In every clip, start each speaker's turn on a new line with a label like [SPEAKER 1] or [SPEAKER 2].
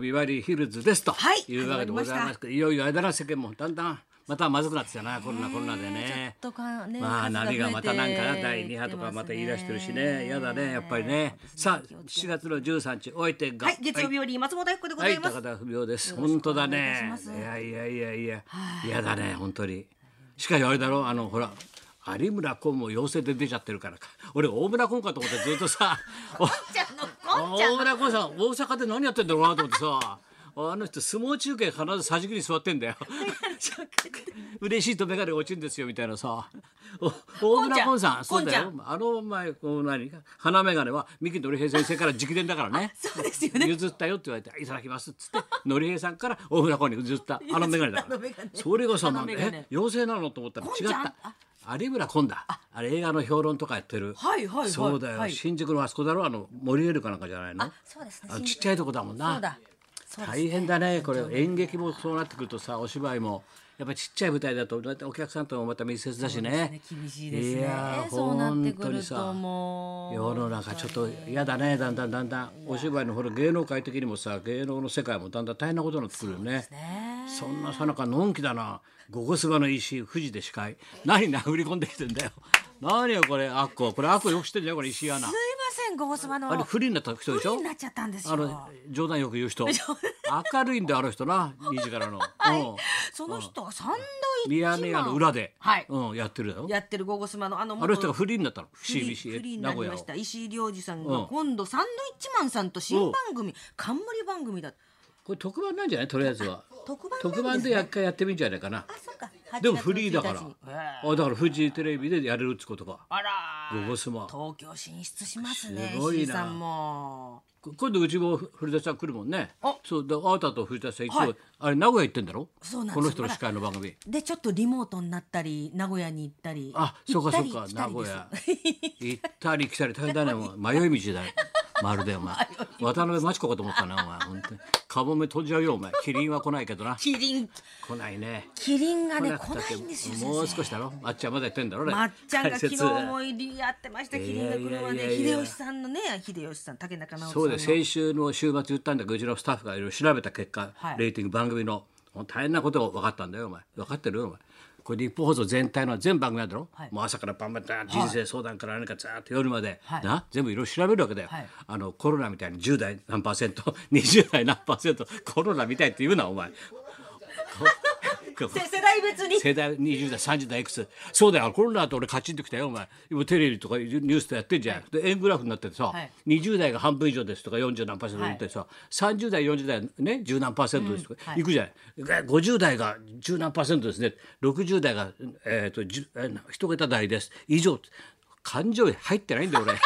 [SPEAKER 1] ビバリーヒルズですと
[SPEAKER 2] はい
[SPEAKER 1] いうわけでございますけど、いよいよ間ら世間もだんだんまたまずくなってきたな、コロナコロナでね。
[SPEAKER 2] ちょっとかね
[SPEAKER 1] まあ
[SPEAKER 2] 数が
[SPEAKER 1] 波
[SPEAKER 2] 増えて
[SPEAKER 1] がまたなんかな第2波と
[SPEAKER 2] きてま
[SPEAKER 1] か
[SPEAKER 2] すね
[SPEAKER 1] また言い出してるしね、やだね、やっぱりね。さあ、7月の13日、おいてが。
[SPEAKER 2] はい、月曜日より松本明子でござ
[SPEAKER 1] はいい、
[SPEAKER 2] ます。
[SPEAKER 1] 高田不病です。
[SPEAKER 2] よろし
[SPEAKER 1] 本
[SPEAKER 2] く
[SPEAKER 1] 当
[SPEAKER 2] お願
[SPEAKER 1] だ
[SPEAKER 2] いいたし
[SPEAKER 1] ねい
[SPEAKER 2] ま。す
[SPEAKER 1] やいやいやいや、いやだね、本当に。しかしあれだろあのほら。有村昆も陽性で出ちゃってるからか俺大村昆かと思ってずっと さお
[SPEAKER 2] ちゃんのこんちゃん
[SPEAKER 1] 大村昆さん大阪で何やってんだろうなと思ってさ あの人相撲中継必ず桟敷に座ってんだよ 嬉しいと眼鏡落ちるんですよみたいなさお大村昆さん
[SPEAKER 2] こ
[SPEAKER 1] そ
[SPEAKER 2] ん
[SPEAKER 1] う
[SPEAKER 2] ち
[SPEAKER 1] だ
[SPEAKER 2] ゃん
[SPEAKER 1] よあの前こう何花眼鏡は三木のり平先生から直伝だからね
[SPEAKER 2] そうですよね。
[SPEAKER 1] 譲ったよって言われて「いただきます」っつってのり平さんから大村子に譲ったあの眼鏡だから
[SPEAKER 2] 譲ったあの眼鏡
[SPEAKER 1] それがさ
[SPEAKER 2] あの
[SPEAKER 1] なんで
[SPEAKER 2] 眼鏡
[SPEAKER 1] え妖精なのと思ったら違
[SPEAKER 2] こんちゃん
[SPEAKER 1] った有村昆だあれ映画の評論とかやってる
[SPEAKER 2] はいはいはい。
[SPEAKER 1] そうだよ
[SPEAKER 2] はい
[SPEAKER 1] 新宿のあそこだろあの森エルかなんかじゃないの
[SPEAKER 2] あ、そうですね
[SPEAKER 1] あ。のちっちゃいとこだもん
[SPEAKER 2] そう
[SPEAKER 1] な
[SPEAKER 2] だ。そうです
[SPEAKER 1] 大変だねこれ演劇もそうなってくるとさお芝居もやっぱちっちゃい舞台だとだってお客さんともまた密接だしね
[SPEAKER 2] 厳しいです
[SPEAKER 1] い
[SPEAKER 2] ね
[SPEAKER 1] や。ー
[SPEAKER 2] そうなってく
[SPEAKER 1] 本当
[SPEAKER 2] る
[SPEAKER 1] にさ
[SPEAKER 2] ともう。
[SPEAKER 1] 世の中ちょっと嫌だねだんだんだんだんお芝居のほら芸能界的にもさ芸能の世界もだんだん大変なことになってくるよね
[SPEAKER 2] ね
[SPEAKER 1] そんなさなかのんきだなゴゴスバの石富士で司会何殴り込んできてんだよ何よこれアッコこれアッコよく知ってんだよこれ石井アナ
[SPEAKER 2] すいません、ゴゴスマの。
[SPEAKER 1] あれ不利になった人でしょ
[SPEAKER 2] になっちゃったんです
[SPEAKER 1] あ
[SPEAKER 2] よ
[SPEAKER 1] の。冗談よく言う 人明るいんだよあの人な2時からの、うん
[SPEAKER 2] その人がサンドイッチ
[SPEAKER 1] ミヤネ屋の裏で、
[SPEAKER 2] はい
[SPEAKER 1] うん、やってるだろ
[SPEAKER 2] やってるゴゴスマのあの
[SPEAKER 1] あ
[SPEAKER 2] 元
[SPEAKER 1] の人が不利になったの
[SPEAKER 2] フリーフ
[SPEAKER 1] CBC
[SPEAKER 2] リーに
[SPEAKER 1] 名
[SPEAKER 2] なり
[SPEAKER 1] 古屋
[SPEAKER 2] まし
[SPEAKER 1] を
[SPEAKER 2] た石井亮次さん
[SPEAKER 1] う
[SPEAKER 2] が
[SPEAKER 1] ん
[SPEAKER 2] 今度サンドイッチマンさんと新番組冠番組だ
[SPEAKER 1] これ特番なんじゃないとりあえずは
[SPEAKER 2] 特番なんですね
[SPEAKER 1] 特番でやっかいやってみるんじゃないかな
[SPEAKER 2] あそうか8
[SPEAKER 1] でもフリーだか
[SPEAKER 2] 月の1日に
[SPEAKER 1] らあだからフジテレビでやれるってことか
[SPEAKER 2] あ
[SPEAKER 1] ゴ
[SPEAKER 2] らー
[SPEAKER 1] ゴスマ
[SPEAKER 2] 東京進出しますね
[SPEAKER 1] すごいな
[SPEAKER 2] 石井さんも
[SPEAKER 1] こ今度うちも古田さん来るもんね
[SPEAKER 2] あ
[SPEAKER 1] そうだあなたと古田さん一応、
[SPEAKER 2] はい
[SPEAKER 1] あれ名古屋行ってんだろ
[SPEAKER 2] そうなんです
[SPEAKER 1] この人の司会の番組
[SPEAKER 2] でちょっとリモートになったり名古屋に行ったり
[SPEAKER 1] あそうかそうか
[SPEAKER 2] 行った
[SPEAKER 1] 名
[SPEAKER 2] り来た
[SPEAKER 1] 古
[SPEAKER 2] りです
[SPEAKER 1] 屋行ったり来たり大変だねもう迷い道だよまるでお 前渡辺真知子かと思ったねお前本当にカモメ飛んじゃうよお前キリンは来ないけどな
[SPEAKER 2] キリン
[SPEAKER 1] 来ないね
[SPEAKER 2] キリンがね来
[SPEAKER 1] くたっ
[SPEAKER 2] な
[SPEAKER 1] て
[SPEAKER 2] いんですよ先生
[SPEAKER 1] もう少しだろあっちゃんまだやってんだろね
[SPEAKER 2] まっちゃんが昨
[SPEAKER 1] 解
[SPEAKER 2] 日
[SPEAKER 1] 説
[SPEAKER 2] もやってましたキリンが来るま
[SPEAKER 1] いやい
[SPEAKER 2] で
[SPEAKER 1] やいや
[SPEAKER 2] 秀吉さんのね秀吉さん竹中直人さん
[SPEAKER 1] そうで
[SPEAKER 2] の
[SPEAKER 1] 先週の週末言ったんだけどうちのスタッフがいろいろ調べた結果、
[SPEAKER 2] はい
[SPEAKER 1] レーティング番組のもう大変なことが分かったんだよお前分かってるよお前これ日本放送全体の全番組なんだろ、
[SPEAKER 2] はい
[SPEAKER 1] もう朝からバンバンダーン人生相談から何かずーっと夜まで、
[SPEAKER 2] はい
[SPEAKER 1] な全部いろいろ調べるわけだよ、
[SPEAKER 2] はい
[SPEAKER 1] あのコロナみたいに10代何パーセント20代 何パーセントコロナみたいって言うな お前
[SPEAKER 2] せ世代別に
[SPEAKER 1] 世代20代30代いくつそうだよコロナと俺カチンときたよお前今テレビとかニュースとやってんじゃん、で円グラフになっててさ、
[SPEAKER 2] はい
[SPEAKER 1] 20代が半分以上ですとか40何パーセントってさ、30代40代ね10何パーセントですとか、
[SPEAKER 2] うんはい
[SPEAKER 1] い、くじゃない50代が10何パーセントですね60代が、えー、と10えー一桁台です以上感情入ってないんだ よ俺。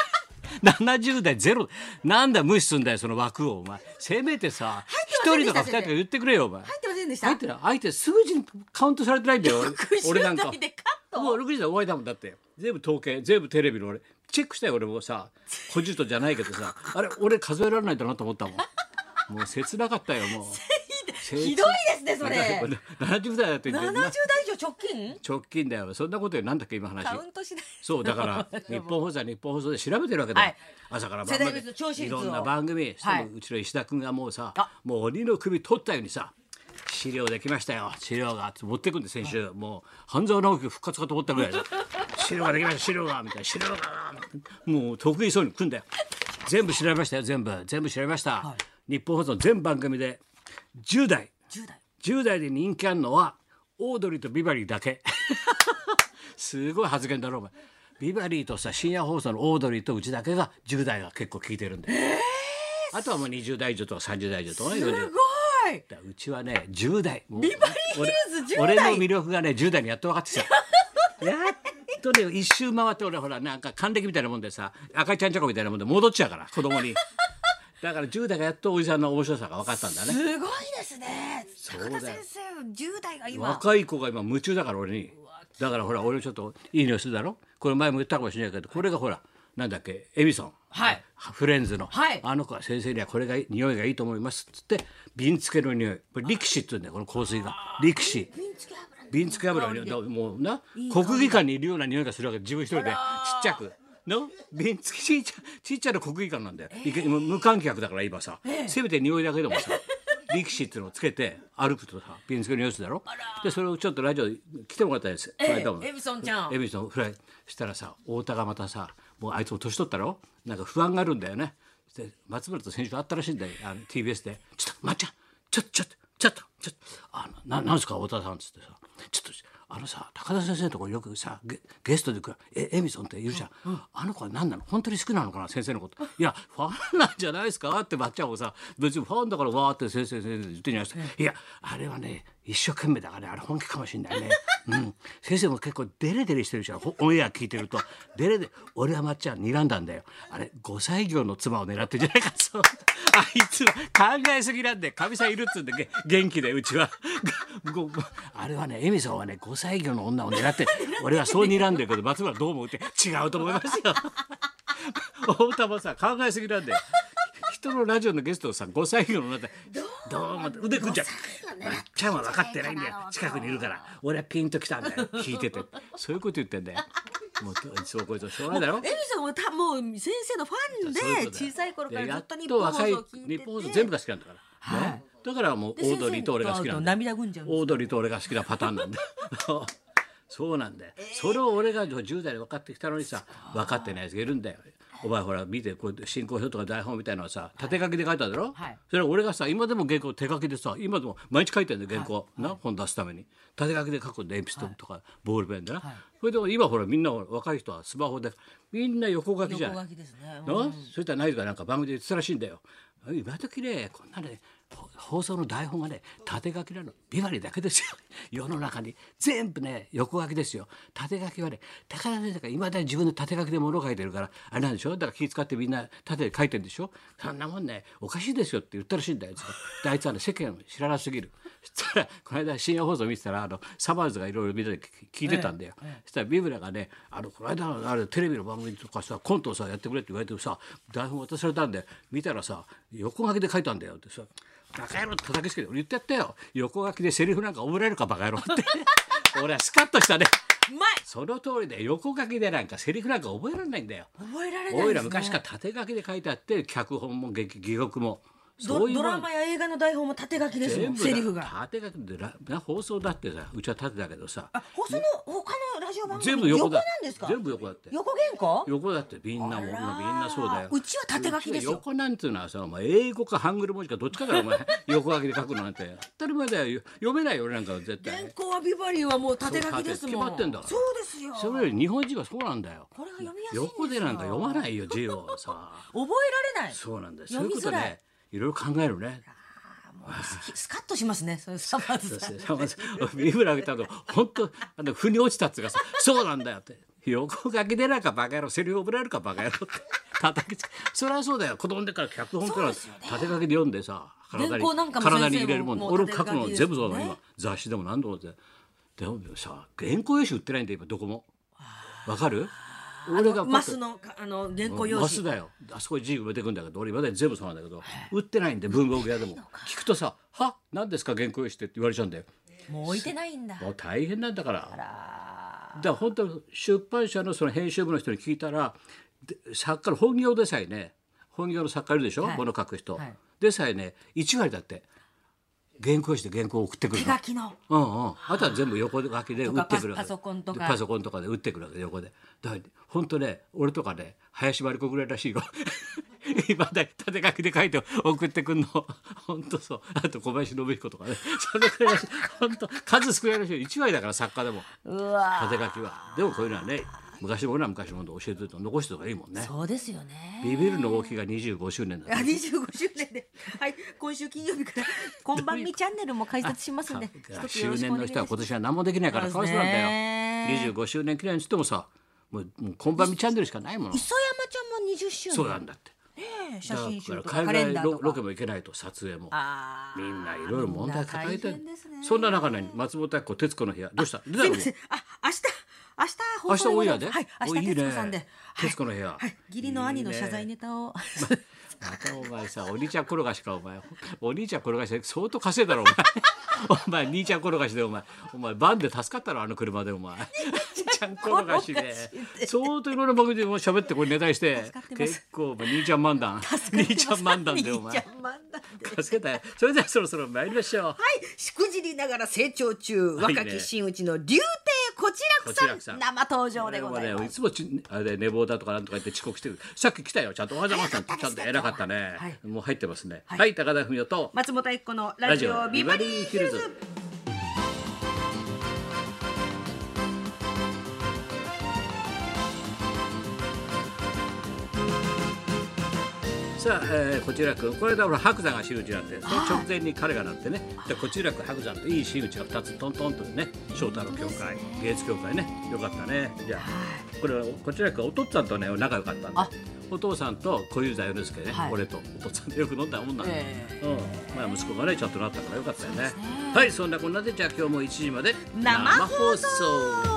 [SPEAKER 1] 70代ゼロなんだ無視すんだよその枠をお前せめてさ
[SPEAKER 2] 入
[SPEAKER 1] 一
[SPEAKER 2] ってませ
[SPEAKER 1] 人とか二
[SPEAKER 2] んでした
[SPEAKER 1] 人とか言ってくれよお前
[SPEAKER 2] 入ってませんでした
[SPEAKER 1] 入ってない相手すぐにカウントされてないんだよ俺なんか
[SPEAKER 2] 60代でカット
[SPEAKER 1] もう6時台終わりだもんだって全部統計全部テレビの俺チェックしたよ俺もさ小じゅとじゃないけどさあれ俺数えられないんだなと思ったもんもう切なかったよもう切
[SPEAKER 2] ひどいです ねそれ
[SPEAKER 1] 70代だって
[SPEAKER 2] 70代
[SPEAKER 1] な
[SPEAKER 2] 以上直近
[SPEAKER 1] 直近だよそんなことよりなんだっけ今話
[SPEAKER 2] カウントしない
[SPEAKER 1] そうだ から日本放送は日本放送で調べてるわけだ、
[SPEAKER 2] はい
[SPEAKER 1] 朝から
[SPEAKER 2] 世
[SPEAKER 1] 晩
[SPEAKER 2] 代
[SPEAKER 1] ま
[SPEAKER 2] 別の聴
[SPEAKER 1] で
[SPEAKER 2] 取
[SPEAKER 1] い
[SPEAKER 2] 率を
[SPEAKER 1] ろんな番組し
[SPEAKER 2] は
[SPEAKER 1] か
[SPEAKER 2] い
[SPEAKER 1] もうちの石田君がもうさ、
[SPEAKER 2] あ
[SPEAKER 1] もう鬼の首取ったようにさ資料できましたよ資料が持ってくんで先週、もう半沢直樹復活かと思ったぐらい で資料ができました資料がみたいな資料がもう得意そうに組んだよ全部調べましたよ全部全部調べました、日本放送全番組で10代
[SPEAKER 2] 10代
[SPEAKER 1] 10代で人気あんのはオードリーとビバリーだけ すごい発言だろお前ビバリーとさ深夜放送のオードリーとうちだけが10代が結構聞いてるんだよ、あとはもう20代以上とか30代以上とかね
[SPEAKER 2] す
[SPEAKER 1] 40
[SPEAKER 2] ごい
[SPEAKER 1] だうちはね10代もう
[SPEAKER 2] ヒルズ10代
[SPEAKER 1] 俺俺の魅力がね10代にやっと分かってきた やっとね一周回って俺ほらなんか還暦みたいなもんでさ赤いちゃんちゃこみたいなもんで戻っちゃうから子供にだから10代がやっとおじさんの面白さが分かったんだね
[SPEAKER 2] すごいですね
[SPEAKER 1] うだよ
[SPEAKER 2] 高田先生10代が今
[SPEAKER 1] 若い子が今夢中だから俺にだからほら俺ちょっといい匂いするだろこれ前も言ったかもしれないけどこれがほらなんだっけエミソン、
[SPEAKER 2] はい
[SPEAKER 1] フレンズの、
[SPEAKER 2] はい
[SPEAKER 1] あの子は先生にはこれがいい匂いがいいと思いますっつって瓶付けの匂いこれ力士って言うんだよこの香水が力士
[SPEAKER 2] 瓶付け油
[SPEAKER 1] 瓶付け油の匂いだからもうな国技館にいるような匂いがするわけ自分一人でちっちゃく。の瓶 付きちっちゃちっちゃな国技館なんだよ、いけ無観客だから今さ、せめて匂いだけでもさ力士っていうのをつけて歩くとさピンスケの様子だろでそれをちょっとラジオに来てもらったんです
[SPEAKER 2] ええ
[SPEAKER 1] この間も
[SPEAKER 2] エブソンちゃん
[SPEAKER 1] エブソンフライしたらさ太田がまたさもうあいつも年取ったろなんか不安があるんだよねで松村と選手と会ったらしいんだよあの TBS で「ちょっとまっちゃんちょっとちょっとちょっとちょっとあのななんすか太田さん」っつってさ「ちょっとあのさ高田先生のところよくさゲゲストで来るえエミソンっているじゃん、あの子は何なの本当に好きなのかな先生のこといやファンなんじゃないですかってまっちゃんもさ別にファンだからわーって先生先生って言ってんじゃないですかいやあれはね一生懸命だからねあれ本気かもしれないね、うん、先生も結構デレデレしてるじゃんほオンエア聞いてるとデレデレ俺はまっちゃん睨んだんだよあれ5歳業の妻を狙ってんじゃないかそう あいつは考えすぎなんでかみさんいるっつうんでげ元気でうちは ごごあれはねエミさんはね5歳業の女を狙って俺はそう睨んでるけど松村どう思うって違うと思いますよ。大田もさ考えすぎなんで人のラジオのゲストをさ5歳以上の中で「どうも」腕組んじゃう「まっちゃんは分かってないんだよ近くにいるから俺はピンときたんだよ聞いてて」そういうこと言ってんだよ。もうそうこいつはしょうがないだろ
[SPEAKER 2] エミさんはたもう先生のファン
[SPEAKER 1] そういう
[SPEAKER 2] で
[SPEAKER 1] ことだよ
[SPEAKER 2] 小さい頃からずっと
[SPEAKER 1] や
[SPEAKER 2] 日
[SPEAKER 1] っ
[SPEAKER 2] 本
[SPEAKER 1] と
[SPEAKER 2] 放送
[SPEAKER 1] 若い
[SPEAKER 2] を聞いて
[SPEAKER 1] 日本放送全部が好きなんだから、ねだからもうオードリーと俺が好きなんだ
[SPEAKER 2] で先生と会うと涙ぐんじゃうんですよ
[SPEAKER 1] オードリーと俺が好きなパターンなんだ そうなんだよ、それを俺が10代で分かってきたのにさ分かってないやつがいるんだよお前ほら見てこう進行表とか台本みたいなのはさ縦書きで書いただろ、
[SPEAKER 2] はい
[SPEAKER 1] それ俺がさ今でも原稿手書きでさ今でも毎日書いてんだよ原稿、な本出すために縦書きで書くんだ鉛筆とかボールペンでな、それでも今ほらみんなほら若い人はスマホでみんな横書きじゃない
[SPEAKER 2] 横書きですね
[SPEAKER 1] なそしたらナイツがなんか番組で言ってたらしいんだよ今時ねこんなねほ放送の台本がね縦書きなのビバリーだけですよ 世の中に全部ね横書きですよ縦書きはね高田先生がいまだに自分の縦書きで物を書いてるからあれなんでしょだから気使ってみんな縦で書いてるんでしょそんなもんねおかしいですよって言ったらしいんだよあいつがであいつはね世間を知らなすぎる そしたらこの間深夜放送見てたらあのサマーズがいろいろみんなで聞いてたんだよ、そしたらビブラがねあのこの間のあれテレビの番組とかさコントをさやってくれって言われてさ台本渡されたんで見たらさ横書きで書いたんだよってさ「バカ野郎」って叩きつけて俺言ってやったよ横書きでセリフなんか覚えられるかバカ野郎って 俺はスカッとしたね
[SPEAKER 2] うまい
[SPEAKER 1] その通りで横書きでなんかセリフなんか覚えられないんだよ
[SPEAKER 2] 覚えられないですね
[SPEAKER 1] おいら昔から縦書きで書いてあって脚本も劇戯曲も
[SPEAKER 2] ド
[SPEAKER 1] そういう
[SPEAKER 2] ド
[SPEAKER 1] もの
[SPEAKER 2] ラマや映画の台本も縦書きですも
[SPEAKER 1] 全
[SPEAKER 2] ん
[SPEAKER 1] 部
[SPEAKER 2] セリフが
[SPEAKER 1] 縦書きでらな放送だってさうちは縦だけどさ
[SPEAKER 2] あ放送の他のラジオ番組
[SPEAKER 1] 全部横だ
[SPEAKER 2] なんですか
[SPEAKER 1] 全部横だって
[SPEAKER 2] 横原稿
[SPEAKER 1] 横だってみんなもみん
[SPEAKER 2] あら
[SPEAKER 1] なそうだよ
[SPEAKER 2] うちは縦書きですよ
[SPEAKER 1] うちは横なんていうのはさお前英語かハングル文字かどっちかだろお前横書きで書くのなんて当たり前だよよ読めないよ俺なんかは絶
[SPEAKER 2] 原
[SPEAKER 1] 対
[SPEAKER 2] 稿はビバリーはもう縦書きですも
[SPEAKER 1] そ
[SPEAKER 2] ん
[SPEAKER 1] う縦決まってんだから
[SPEAKER 2] そうですよ
[SPEAKER 1] それより日本人はそうなんだよ
[SPEAKER 2] これが読みやすいんですよ
[SPEAKER 1] 横でなんか読まないよ字をさ
[SPEAKER 2] 覚えられない
[SPEAKER 1] そうなんだよそういう
[SPEAKER 2] 読み
[SPEAKER 1] こと
[SPEAKER 2] づらい
[SPEAKER 1] ねいろいろ考えるね
[SPEAKER 2] もうスキスカッとしますねそれサマ ーズさん
[SPEAKER 1] そうですねまず三村あげたの本当あの腑に落ちたっつうかさ「そうなんだよ」って「横書きでなんかバカ野郎セリフ覚えられるかバカ野郎」って 叩きつけそれはそうだよ子供の時から脚本から
[SPEAKER 2] そうですよね
[SPEAKER 1] 縦書きで読んでさ体
[SPEAKER 2] 原
[SPEAKER 1] に
[SPEAKER 2] 稿なんかも
[SPEAKER 1] 体に入れるもん
[SPEAKER 2] 先生も
[SPEAKER 1] 俺
[SPEAKER 2] も
[SPEAKER 1] も
[SPEAKER 2] う
[SPEAKER 1] 書くの全部そうだ、
[SPEAKER 2] 縦書きですもんね
[SPEAKER 1] 今雑誌でも何度もってでもさ原稿用紙売ってないんだよ今どこもわかる俺が
[SPEAKER 2] マスのかあの原稿用
[SPEAKER 1] マス
[SPEAKER 2] 紙
[SPEAKER 1] だよあそこに字埋めてくんだけど俺今まで全部そうなんだけど売ってないんで文房具屋でも聞くとさ「は何ですか原稿用紙って」って言われちゃうんだよ
[SPEAKER 2] もう置いてないんだ
[SPEAKER 1] もう大変なんだから。だから本当に出版社のその編集部の人に聞いたらで作家の本業でさえね本業の作家いるでしょ、
[SPEAKER 2] はい
[SPEAKER 1] 物書く人、
[SPEAKER 2] はい
[SPEAKER 1] でさえね1割だって原稿用紙で原稿を送ってくる
[SPEAKER 2] 手
[SPEAKER 1] の
[SPEAKER 2] 書。きの
[SPEAKER 1] うんうん、あとは全部横書きで
[SPEAKER 2] と
[SPEAKER 1] 売
[SPEAKER 2] か
[SPEAKER 1] ってくるわけ
[SPEAKER 2] パソパソコンとか
[SPEAKER 1] でパソコンとかで売ってくるわけ横でだから本当ね俺とかね林真理子ぐらいらしいよ 今ね縦書きで書いて送ってくんの本当そうあと小林信彦とかねそれくらいらしい本当数少ないらしいよ1割だから作家でも
[SPEAKER 2] うわ
[SPEAKER 1] 縦書きはでもこういうのはね昔の俺ら昔のもの教えてると残しておがいいもんね
[SPEAKER 2] そうですよね
[SPEAKER 1] ビビるの動きが25周年だ
[SPEAKER 2] あ25周年で、はい、今週金曜日から「こんばんみチャンネル」も開設しますんで一つよ
[SPEAKER 1] 周
[SPEAKER 2] ろしく
[SPEAKER 1] 年
[SPEAKER 2] お願
[SPEAKER 1] の
[SPEAKER 2] いし
[SPEAKER 1] 人
[SPEAKER 2] ま
[SPEAKER 1] は
[SPEAKER 2] す
[SPEAKER 1] 今年は何もできないからかわいそうなんだよ
[SPEAKER 2] そうですね
[SPEAKER 1] 25周年記念にしてもさもうもうこんばんみチャンネルしかないもの
[SPEAKER 2] 磯山ちゃんも20周年
[SPEAKER 1] そうなんだって
[SPEAKER 2] ね写
[SPEAKER 1] だ
[SPEAKER 2] 真集と
[SPEAKER 1] か
[SPEAKER 2] からカレ
[SPEAKER 1] 海
[SPEAKER 2] ンダ
[SPEAKER 1] 外
[SPEAKER 2] ーと
[SPEAKER 1] ロ
[SPEAKER 2] か
[SPEAKER 1] ロケも行けないと撮影も
[SPEAKER 2] あー
[SPEAKER 1] みんないろいろ問題抱えて
[SPEAKER 2] みんな大変ですね
[SPEAKER 1] そんな中に松本明子徹子の部屋どうした出た
[SPEAKER 2] すい
[SPEAKER 1] の
[SPEAKER 2] ませんあ明日明日
[SPEAKER 1] 明
[SPEAKER 2] 放
[SPEAKER 1] 日
[SPEAKER 2] 送
[SPEAKER 1] オンエ
[SPEAKER 2] で
[SPEAKER 1] アで
[SPEAKER 2] はい明
[SPEAKER 1] おい
[SPEAKER 2] 日
[SPEAKER 1] いね
[SPEAKER 2] 徹子さんではい
[SPEAKER 1] 徹子の部屋
[SPEAKER 2] はい義理の兄の謝
[SPEAKER 1] い
[SPEAKER 2] 罪
[SPEAKER 1] いね
[SPEAKER 2] ネタを
[SPEAKER 1] またお前さお兄ちゃん転がしかお前お兄ちゃん転がしで相当稼いだろお前お前兄ちゃん転がしでお前お前バンで助かったろあの車でお前兄ちゃん転がしで相当いろんな番組でも喋ってこれネタにして
[SPEAKER 2] 助かってます
[SPEAKER 1] 結構お前兄ちゃん漫談兄ちゃん漫談でお
[SPEAKER 2] 兄
[SPEAKER 1] 前
[SPEAKER 2] ちゃん漫談
[SPEAKER 1] 助けたよそれではそろそろ参りましょう
[SPEAKER 2] はい、しくじりながら成長中、
[SPEAKER 1] いね
[SPEAKER 2] 若き真打ちの竜亭こちらくさ
[SPEAKER 1] こち
[SPEAKER 2] ん
[SPEAKER 1] らくさん
[SPEAKER 2] 生登場でござ
[SPEAKER 1] 俺
[SPEAKER 2] い
[SPEAKER 1] はね
[SPEAKER 2] ま
[SPEAKER 1] い
[SPEAKER 2] す。
[SPEAKER 1] つもちあれ寝坊だとかなんとか言って遅刻してるさっき来たよちゃんとおはようございますちゃんと偉かったね、
[SPEAKER 2] はい
[SPEAKER 1] もう入ってますねは、
[SPEAKER 2] はいい
[SPEAKER 1] 高田文夫と
[SPEAKER 2] 松本明子のラジオビバリーヒルズ。
[SPEAKER 1] さあ、えー、こちらくんこれだから白山が真打ちになってその
[SPEAKER 2] はい
[SPEAKER 1] 直前に彼がなってねでこちらくん白山といい真打ちが2つトントンとね翔太の教会芸術教会ねよかったねじゃあこれはこちらくんお父さんとね仲良かったんだ
[SPEAKER 2] あ
[SPEAKER 1] お父さんと小遊三之助ね、
[SPEAKER 2] はい
[SPEAKER 1] 俺とお父さんでよく飲んだもんなんで、
[SPEAKER 2] ええ
[SPEAKER 1] うん、まあ息子がねちゃんとなったからよかったよね
[SPEAKER 2] そうですね
[SPEAKER 1] はいそんなこんなでじゃあ今日も1時まで
[SPEAKER 2] 生放送